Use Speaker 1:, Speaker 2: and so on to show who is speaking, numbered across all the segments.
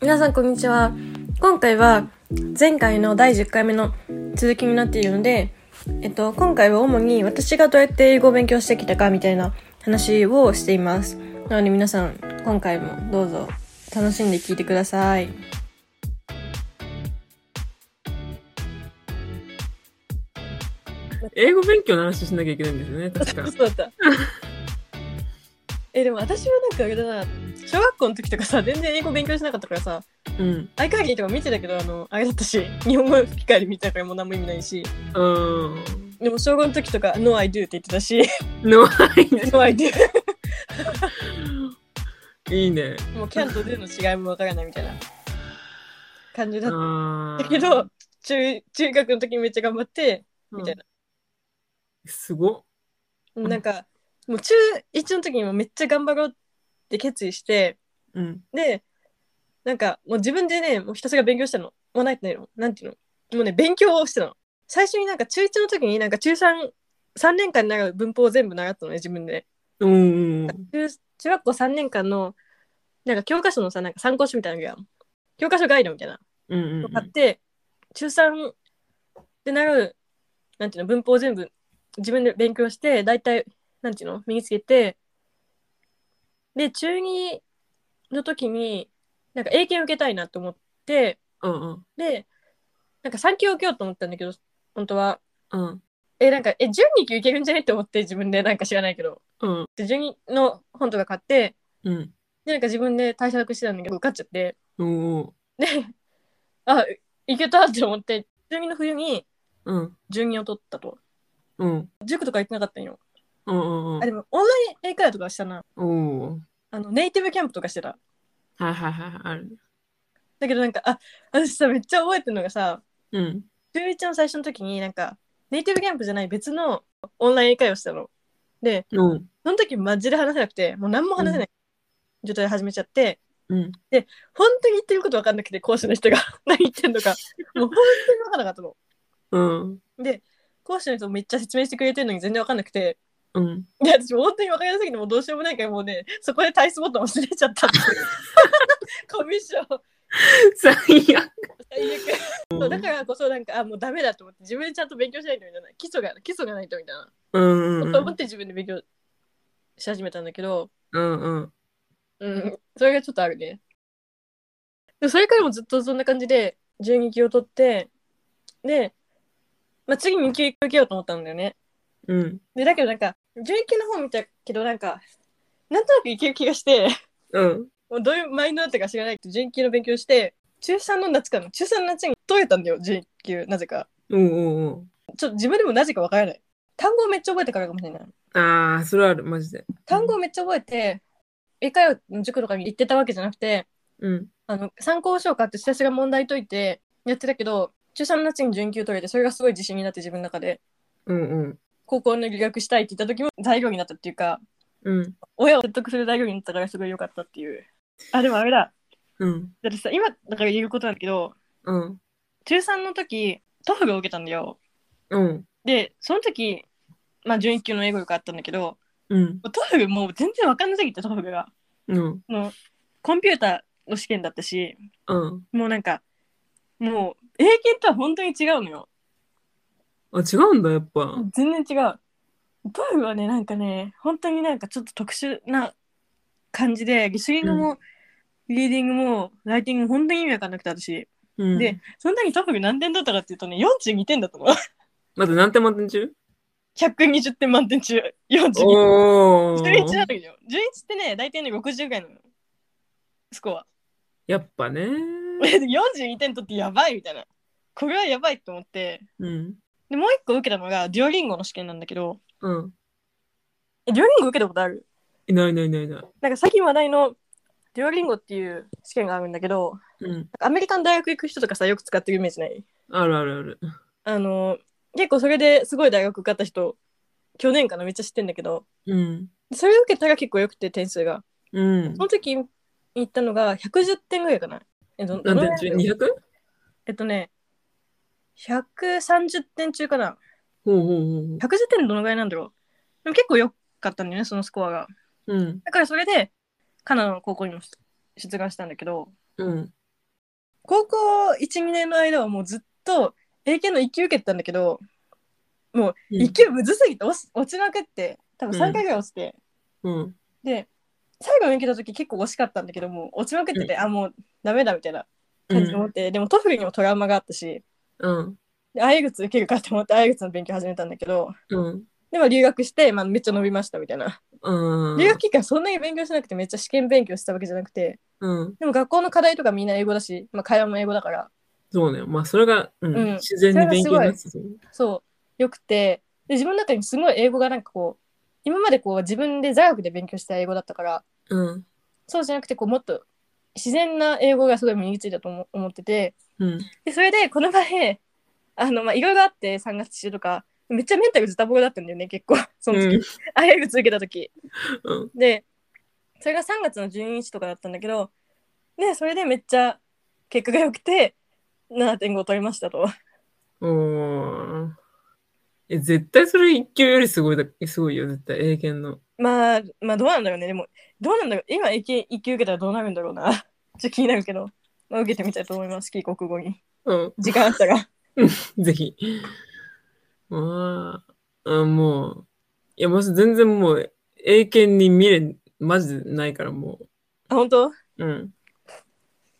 Speaker 1: 皆さんこんにちは今回は前回の第10回目の続きになっているので、えっと、今回は主に私がどうやって英語を勉強してきたかみたいな話をしていますなので皆さん今回もどうぞ楽しんで聞いてください
Speaker 2: 英語勉強の話しなきゃいけないんですよね、確か。
Speaker 1: そうだった えでも私はなんかあれだな小学校の時とかさ全然英語勉強しなかったからさ
Speaker 2: うん。
Speaker 1: 合鍵とか見てたけどあのあれだったし日本語吹き替えで見たからもう何も意味ないし
Speaker 2: うん。
Speaker 1: でも小5の時とか「No I do」って言ってたし
Speaker 2: の
Speaker 1: 「No I do
Speaker 2: いいね。」
Speaker 1: もう「can と do」の違いもわからないみたいな感じだっ
Speaker 2: あ
Speaker 1: た
Speaker 2: ー
Speaker 1: けど、中中学の時めっちゃ頑張ってみたいな、
Speaker 2: すごっ。ん
Speaker 1: なんかもう中1の時にもめっちゃ頑張ろうって決意して
Speaker 2: うん。
Speaker 1: でなんかもう自分でねもうひたすら勉強したのもうないってないのなんていうのもうね勉強をしてたの最初になんか中1の時になんか中3 3年間に習う文法を全部習ったのね自分で
Speaker 2: うん。
Speaker 1: 中中学校3年間のなんか教科書のさなんか参考書みたいなのがあるやん教科書ガイドみたいな
Speaker 2: うん
Speaker 1: の買って、中3で習うなんていうの文法を全部自分で勉強して大体なんていうの身につけてで中2の時になんか英検受けたいなと思って
Speaker 2: うん。
Speaker 1: でなんか3級受けようと思ったんだけど本当は
Speaker 2: うん。
Speaker 1: えなんかえ12級いけるんじゃねって思って自分でなんか知らないけど
Speaker 2: うん。
Speaker 1: で12の本とか買って
Speaker 2: うん。
Speaker 1: で、なんか自分で対策してたんだけど、受かっちゃって、
Speaker 2: うん。
Speaker 1: で、あ、いけたって思って、中2の冬に
Speaker 2: うん。
Speaker 1: 順位を取ったと。
Speaker 2: うん。
Speaker 1: 塾とか行ってなかったんよ。
Speaker 2: うん。
Speaker 1: あ、でも、オンライン英会話とかしたな。
Speaker 2: おお。
Speaker 1: あの、ネイティブキャンプとかしてた。
Speaker 2: はいはいはい。ある。
Speaker 1: だけどなんか、あ、私さ、めっちゃ覚えてるのがさ、
Speaker 2: うん。
Speaker 1: 中1の最初の時になんか、ネイティブキャンプじゃない別のオンライン英会話をしたの。で、
Speaker 2: うん。
Speaker 1: その時マジで話せなくて、もう何も話せない状態で始めちゃって、
Speaker 2: うん。
Speaker 1: 本当に言ってること分かんなくて、講師の人が 何言ってんのか、もう本当に分からなかったの。
Speaker 2: うん。
Speaker 1: で講師の人もめっちゃ説明してくれてるのに全然わかんなくて
Speaker 2: うん。
Speaker 1: で私本当に分かりやすぎてもうどうしようもないからもうねそこで体質ボタン忘れちゃったっていうコミッション
Speaker 2: 最悪。
Speaker 1: 最悪そうだからこそなんかあもうダメだと思って自分でちゃんと勉強しないとみたいな基礎が基礎がないとみたいな、
Speaker 2: うん。う
Speaker 1: と思っ
Speaker 2: ん。
Speaker 1: て自分で勉強し始めたんだけど、
Speaker 2: うん。
Speaker 1: うん、それがちょっとあるねでもそれからもずっとそんな感じで12級を取ってで、まあ、次2級受けようと思ったんだよね
Speaker 2: うん。
Speaker 1: で、だけどなんか、準一級の方見たけど、なんか、なんとなくいける気がして、
Speaker 2: うん。
Speaker 1: もうどういうマインドだったか知らないけど、準一級の勉強して、中3の夏かな中3の夏に解れたんだよ、準一級、なぜか。
Speaker 2: うん。うん。
Speaker 1: ちょっと自分でもなぜかわからない。単語をめっちゃ覚えてからかもしれない。
Speaker 2: ああ、それある、マジで。
Speaker 1: 単語をめっちゃ覚えて、英会話の塾とかに行ってたわけじゃなくて、
Speaker 2: うん。
Speaker 1: あの、参考書を買ってひたすら問題解いてやってたけど、中3の夏に準級取れて、それがすごい自信になって自分の中で、
Speaker 2: うん。うん。
Speaker 1: 高校に留学したいって言った時も材料になったっていうか、
Speaker 2: うん。
Speaker 1: 親を説得する大学になったからすごい良かったっていうあでもあれだ
Speaker 2: うん。
Speaker 1: だってさ今だから言うことなんだけど
Speaker 2: うん。
Speaker 1: 中3の時トフルを受けたんだよ
Speaker 2: うん。
Speaker 1: でその時まあ準1級の英語力あったんだけど
Speaker 2: うん。
Speaker 1: トフルもう全然わかんなすぎてトフルが
Speaker 2: うん。
Speaker 1: そのコンピューターの試験だったし
Speaker 2: うん。
Speaker 1: もうなんかもう英検とは本当に違うのよ
Speaker 2: あ、違うんだ、やっぱ。
Speaker 1: 全然違うトフルはねなんかね本当になんかちょっと特殊な感じでリスニングも、リーディングもライティングも本当に意味わかんなくて私
Speaker 2: うん、
Speaker 1: で、その時トフグ何点だったかっていうとね、42点だったの。
Speaker 2: まだ何点満点中
Speaker 1: 120点満点中、42。
Speaker 2: お
Speaker 1: 11な
Speaker 2: ー
Speaker 1: のよ。11ってね、大体ね、60ぐらいなのよ。スコア。
Speaker 2: やっぱね。
Speaker 1: 42点取ってやばいみたいな。これはやばいと思って。
Speaker 2: うん。
Speaker 1: で、もう一個受けたのが、デュオリンゴの試験なんだけど、
Speaker 2: うん。
Speaker 1: えデュオリンゴ受けたことある
Speaker 2: いないいないいないいない。
Speaker 1: なんか最近話題のデュオリンゴっていう試験があるんだけど、
Speaker 2: うん。
Speaker 1: アメリカの大学行く人とかさ、よく使ってるイメージない
Speaker 2: あるあるある。
Speaker 1: あの、結構それですごい大学受かった人、去年かなめっちゃ知ってんだけど、
Speaker 2: うん。
Speaker 1: それを受けたら結構よくて点数が。
Speaker 2: うん
Speaker 1: そ。の時に行ったのが110点ぐらいかな。えどどのぐら
Speaker 2: 何
Speaker 1: いだろ
Speaker 2: 点中
Speaker 1: う
Speaker 2: ?200?
Speaker 1: えっとね、130点中かな。
Speaker 2: ほうほうほうほ
Speaker 1: 110
Speaker 2: う。
Speaker 1: 点どのぐらいなんだろう。でも結構良かったんだよね、そのスコアが。
Speaker 2: うん。
Speaker 1: だからそれで、カナダの高校にも出願したんだけど、
Speaker 2: うん。
Speaker 1: 高校1、2年の間はもうずっと英検の1級受けてたんだけど、もう
Speaker 2: うん
Speaker 1: 1級むずすぎて落ち落ちまくって、多分3回ぐらい落ちて、
Speaker 2: うん。
Speaker 1: で、最後に受けた時結構惜しかったんだけど、もう落ちまくってて、あ、もうダメだみたいな感じで思って、でもトフルにもトラウマがあったし、
Speaker 2: うん。
Speaker 1: で IELTS 受けるかって思って IELTS の勉強始めたんだけど、
Speaker 2: うん。
Speaker 1: でも留学して、まあ、めっちゃ伸びましたみたいな。
Speaker 2: うん。
Speaker 1: 留学期間そんなに勉強しなくてめっちゃ試験勉強したわけじゃなくて、
Speaker 2: うん。
Speaker 1: でも学校の課題とかみんな英語だし、まあ、会話も英語だから、
Speaker 2: そうね。まあ、それが、
Speaker 1: う
Speaker 2: う
Speaker 1: ん
Speaker 2: ん。自然に勉強になってた。
Speaker 1: そう、よくて、で、自分の中にすごい英語がなんかこう、今までこう自分で座学で勉強した英語だったから、
Speaker 2: うん。
Speaker 1: そうじゃなくてこうもっと自然な英語がすごい身についたと思思ってて、
Speaker 2: うん。
Speaker 1: で、それでこの前、あの、まあ、いろいろあって3月中とか、めっちゃメンタルズタボロだったんだよね、結構。その
Speaker 2: う
Speaker 1: 時、
Speaker 2: ん。
Speaker 1: あ英語続けた時。
Speaker 2: うん。
Speaker 1: で、それが3月の12日とかだったんだけど、で、それでめっちゃ結果が良くて、7.5取りましたと。
Speaker 2: おーえ、絶対それ一級よりすごいだ、すごいよ、絶対。英検の。
Speaker 1: まあ、まあどうなんだろうね。でも、どうなんだろう。今、一級一級受けたらどうなるんだろうな。 ちょっと気になるけど、まあ、受けてみたいと思います。帰国後に。
Speaker 2: う
Speaker 1: 時間あったら。
Speaker 2: ん。ぜひ。まあ、あもう、いや、もし全然もう、英検に未練、マジでないから、も
Speaker 1: あ、本当
Speaker 2: う。うん。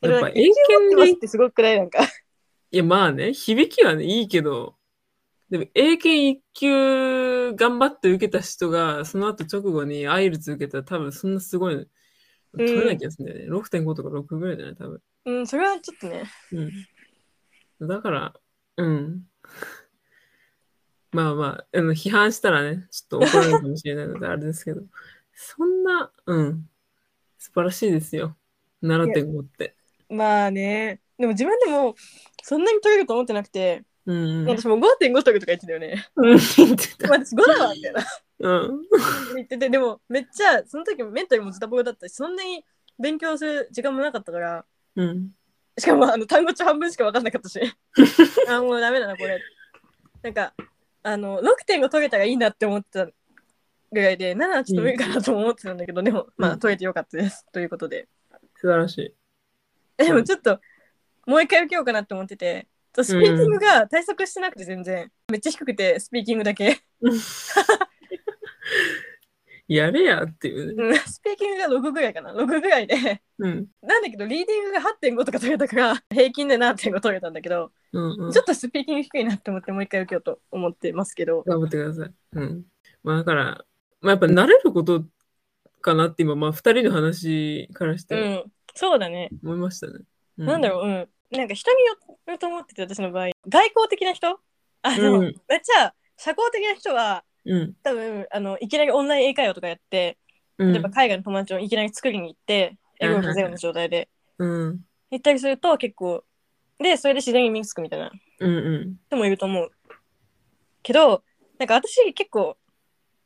Speaker 1: でも
Speaker 2: やっ
Speaker 1: な
Speaker 2: ぱ
Speaker 1: んか
Speaker 2: 英
Speaker 1: 持ってます
Speaker 2: 検
Speaker 1: っ
Speaker 2: に、
Speaker 1: てすごくないなんか。
Speaker 2: いや、まあね、響きはね、いいけど、でも、英検一級頑張って受けた人が、その後直後にアイルツ受けたら、多分そんなすごい、取れない気がするんだよね。6.5とか6ぐらいじゃない多分。
Speaker 1: うん、それはちょっとね。
Speaker 2: うん。だから、うん。 まあまあ、あの批判したらね、ちょっと怒られるかもしれないので、あれですけど、そんな、うん。素晴らしいですよ。7.5って。
Speaker 1: まあね。でも自分でも、そんなに取れると思ってなくて、
Speaker 2: うん。うん
Speaker 1: 私もう5.5取るとか言ってたよ ね。
Speaker 2: うん言ってた。
Speaker 1: 私5だわみたいな。
Speaker 2: うん。
Speaker 1: 言ってて、でも、めっちゃ、その時メンタルもズタボロだったし、そんなに勉強する時間もなかったから、
Speaker 2: うん。
Speaker 1: しかもあの単語帳半分しか分かんなかった しあもうダメだなこれなんかあの6.5取れたらいいなって思ってたぐらいで7はちょっと無理かなと思ってたんだけど、でもま
Speaker 2: う
Speaker 1: あ
Speaker 2: ん
Speaker 1: 取れてよかったです、ということで
Speaker 2: 素晴らしい。
Speaker 1: でもちょっともう一回受けようかなって思っててスピーキングが対策してなくて全然、めっちゃ低くてスピーキングだけ、
Speaker 2: やれやっていうね。
Speaker 1: うんスピーキングが6ぐらいかな6ぐらいで
Speaker 2: うん。
Speaker 1: なんだけどリーディングが8.5とか取れたから平均で7.5取れたんだけど、
Speaker 2: うん、うん
Speaker 1: ち。ょっとスピーキング低いなって思ってもう一回受けようと思ってますけど
Speaker 2: 頑張ってください。うん。まあだから、まあやっぱ慣れることかなって今、まあ二人の話からし
Speaker 1: う
Speaker 2: て
Speaker 1: ん、そうだね。
Speaker 2: 思いましたね。う
Speaker 1: なんだろう、うん。なんか人によると思ってて、私の場合。外交的な人あの、
Speaker 2: うん
Speaker 1: めっちゃ社交的な人は、
Speaker 2: うん。
Speaker 1: 多分あのいきなりオンライン英会話とかやって、
Speaker 2: うん。
Speaker 1: 例えば海外の友達をいきなり作りに行って、英語がゼロの状態で
Speaker 2: うん。
Speaker 1: 行ったりすると結構、で、それで自然に身につくみたいな
Speaker 2: うんうん。
Speaker 1: 人もいると思う。けど、なんか私結構、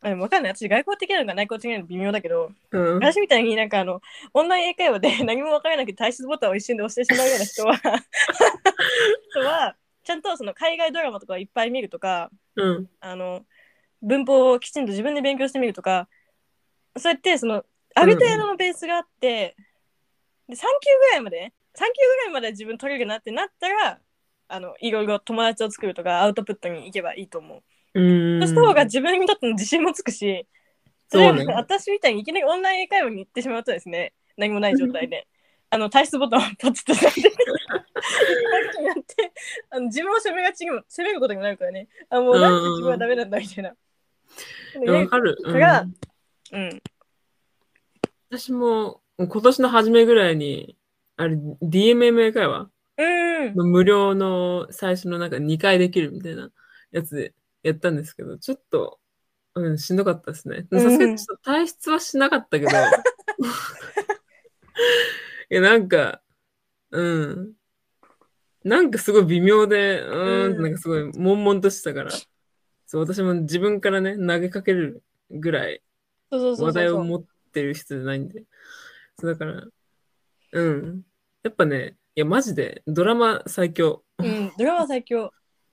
Speaker 1: あでもわかんない。私外交的なのか内向的なのか微妙だけど、
Speaker 2: うん、
Speaker 1: 私みたいになんかあの、オンライン英会話で 何も分からなくて退出ボタンを一瞬で押してしまうような人 は、人は、ちゃんとその海外ドラマとかいっぱい見るとか、
Speaker 2: うん、
Speaker 1: あの、文法をきちんと自分で勉強してみるとか、そうやってその、ある程度のベースがあって、で、3級ぐらいまで、3級ぐらいまで自分取れるなってなったら、あの、いろいろ友達を作るとかアウトプットに行けばいいと思う。
Speaker 2: うん。
Speaker 1: そうした方が自分にとっての自信もつくし、
Speaker 2: そうね
Speaker 1: 例えば私みたいにいきなりオンライン英会話に行ってしまうとですね、何もない状態で、あの、退出ボタンをポチッと押して、になって、あの自分を責めがちにも、責めることにもなるからね、あ、もうなんで自分はダメなんだみたいな。
Speaker 2: わかる。
Speaker 1: だから
Speaker 2: うん
Speaker 1: うん。
Speaker 2: 私も今年の初めぐらいに、あれ、DMM 英会話
Speaker 1: うん。
Speaker 2: の 無料の最初のなんか2回できるみたいなやつでやったんですけど、ちょっと、うん、しんどかったですね。
Speaker 1: うん
Speaker 2: さすがにちょっと退出はしなかったけ ど、いや、なんか、うん。なんかすごい微妙で、うーん、
Speaker 1: うん
Speaker 2: なんかすごい悶々としてたから、そう、私も自分からね、投げかけるぐらい
Speaker 1: そうそうそ
Speaker 2: 話
Speaker 1: うそう。
Speaker 2: 題を持ってる人じゃないんで。そうだから、うん。やっぱね、いや、マジでドラマ最強。
Speaker 1: うん、ドラマ最強。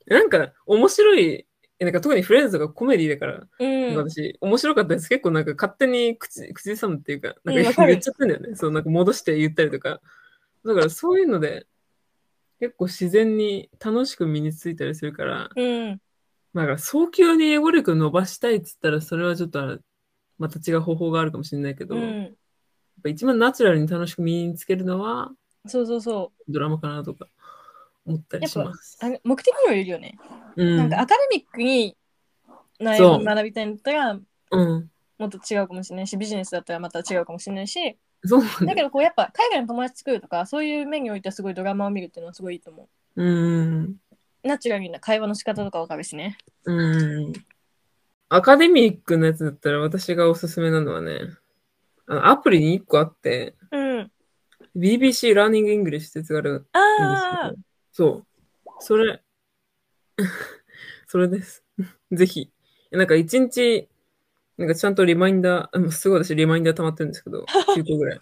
Speaker 2: なんか、面白い、えなんか特にフレンズとかコメディだから、
Speaker 1: う
Speaker 2: なん
Speaker 1: ん。
Speaker 2: か
Speaker 1: うん
Speaker 2: 私、面白かったです。結構なんか勝手に口、口ずさむっていうか、なん
Speaker 1: うん
Speaker 2: か
Speaker 1: わかる
Speaker 2: 言っちゃってんだよね。そう、なんか戻して言ったりとか。だからそういうので、結構自然に楽しく身についたりするから、
Speaker 1: うん。
Speaker 2: まあだから早急に英語力伸ばしたいって言ったら、それはちょっとあれまた違う方法があるかもしれないけど、
Speaker 1: う
Speaker 2: やっ
Speaker 1: ん。
Speaker 2: ぱ一番ナチュラルに楽しく身につけるのは
Speaker 1: そうそうそ
Speaker 2: ドラマかなとか思ったりします。
Speaker 1: う。あ目的にもよるよね。
Speaker 2: うん、
Speaker 1: なんかアカデミックに内容を学びたいんだったら、
Speaker 2: うん、
Speaker 1: もっと違うかもしれないし、ビジネスだったらまた違うかもしれないし、
Speaker 2: そうなんだ
Speaker 1: だけどこうやっぱ海外の友達作るとか、そういう面においてはすごいドラマを見るっていうのはすごいいいと思
Speaker 2: うん。
Speaker 1: う。ナチュラルな会話の仕方とかわかるしね。
Speaker 2: うん。アカデミックのやつだったら私がおすすめなのはね、あのアプリに1個あって、
Speaker 1: うん。
Speaker 2: BBC Learning English ってやつがあるんです
Speaker 1: ああ
Speaker 2: けど、そう。それ、 それです。 ぜひ。なんか一日、なんかちゃんとリマインダー、あもうすごい私リマインダー溜まってるんですけ ど、9個ぐらい。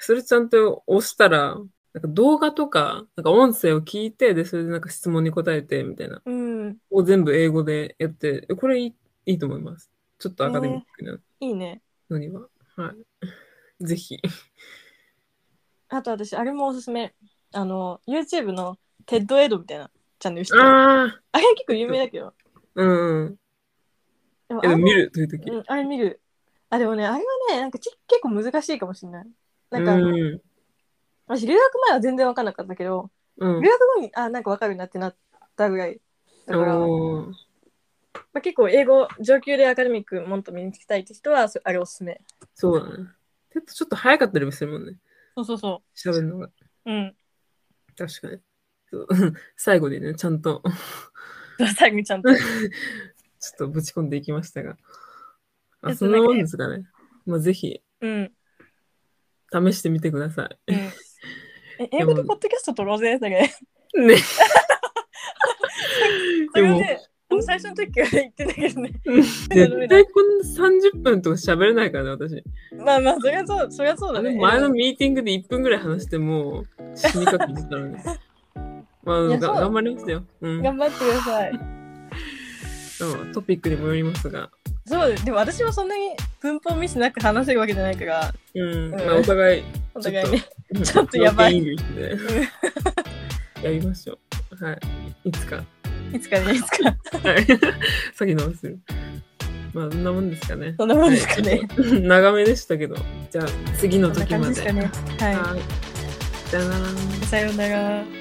Speaker 2: それちゃんと押したら、なんか動画とか、なんか音声を聞いて、で、それでなんか質問に答えて、みたいな。
Speaker 1: うん。
Speaker 2: を全部英語でやって、えこれいいいいと思います。ちょっとアカデミックない
Speaker 1: いね。
Speaker 2: のには。はい。ぜひ。
Speaker 1: あと私、あれもおすすめ。あの、YouTube のテッドエドみたいなチャンネルしてる。あ
Speaker 2: ああ
Speaker 1: れ結構有名だけど。
Speaker 2: うん。
Speaker 1: でもあ
Speaker 2: えで
Speaker 1: れ
Speaker 2: も見るという時。
Speaker 1: うん、あれ見る。あ、でもね、あれはね、なんかち結構難しいかもしれない。なんか、
Speaker 2: うん。
Speaker 1: 私、留学前は全然分かんなかったけど、
Speaker 2: うん
Speaker 1: 留。学後に、あ、なんか分かるなってなったぐらい。だから、ま
Speaker 2: おー
Speaker 1: あ、結構英語上級でアカデミックもっと身につきたいって人は、そあれおすすめ。
Speaker 2: そうだね。ちょっとちょっと早かったりもするもんね。
Speaker 1: そうそうそ
Speaker 2: 喋るのが。
Speaker 1: う。うん。
Speaker 2: 確かに。そう 最後でね、ちゃんと、
Speaker 1: 最後にち ゃんと。
Speaker 2: ちょっとぶち込んでいきましたが。
Speaker 1: え
Speaker 2: あ、
Speaker 1: そ
Speaker 2: そ
Speaker 1: れ
Speaker 2: ん
Speaker 1: だけ
Speaker 2: なもんですかね。まあ、ぜひ、
Speaker 1: うん。
Speaker 2: 試してみてくださ
Speaker 1: うん、え英語でポッドキャスト撮ろうぜ、それ。
Speaker 2: い。 ね。
Speaker 1: それをね、あの最初の時から言ってたけどね。
Speaker 2: 絶対こんな30分とか喋れないからね、私。
Speaker 1: まあまあ、そりゃそう、そりゃそうだね。
Speaker 2: 前のミーティングで1分ぐらい話してもう死にかけてた のね。まあ、
Speaker 1: いや
Speaker 2: が
Speaker 1: そう
Speaker 2: 頑張りましたよ。うん。
Speaker 1: 頑張ってください。
Speaker 2: うんトピックにもよりますが。
Speaker 1: そうですでも私もそんなに文法ミスなく話せるわけじゃないから
Speaker 2: う
Speaker 1: ん
Speaker 2: ん。まあ、お互い、
Speaker 1: お互いね
Speaker 2: うん
Speaker 1: ちょっとやばい。
Speaker 2: プロテインですね やりましょう。はい。いつか。
Speaker 1: いつかねいつか
Speaker 2: はい。 先のする。まあ、そんなもんですかね。
Speaker 1: そんなもんですかね
Speaker 2: はい。 長めでしたけど。じゃあ、次の
Speaker 1: そんな
Speaker 2: 時
Speaker 1: 感
Speaker 2: ま
Speaker 1: じ
Speaker 2: で。
Speaker 1: ですかねはい
Speaker 2: はい。じゃあなら。
Speaker 1: さようなら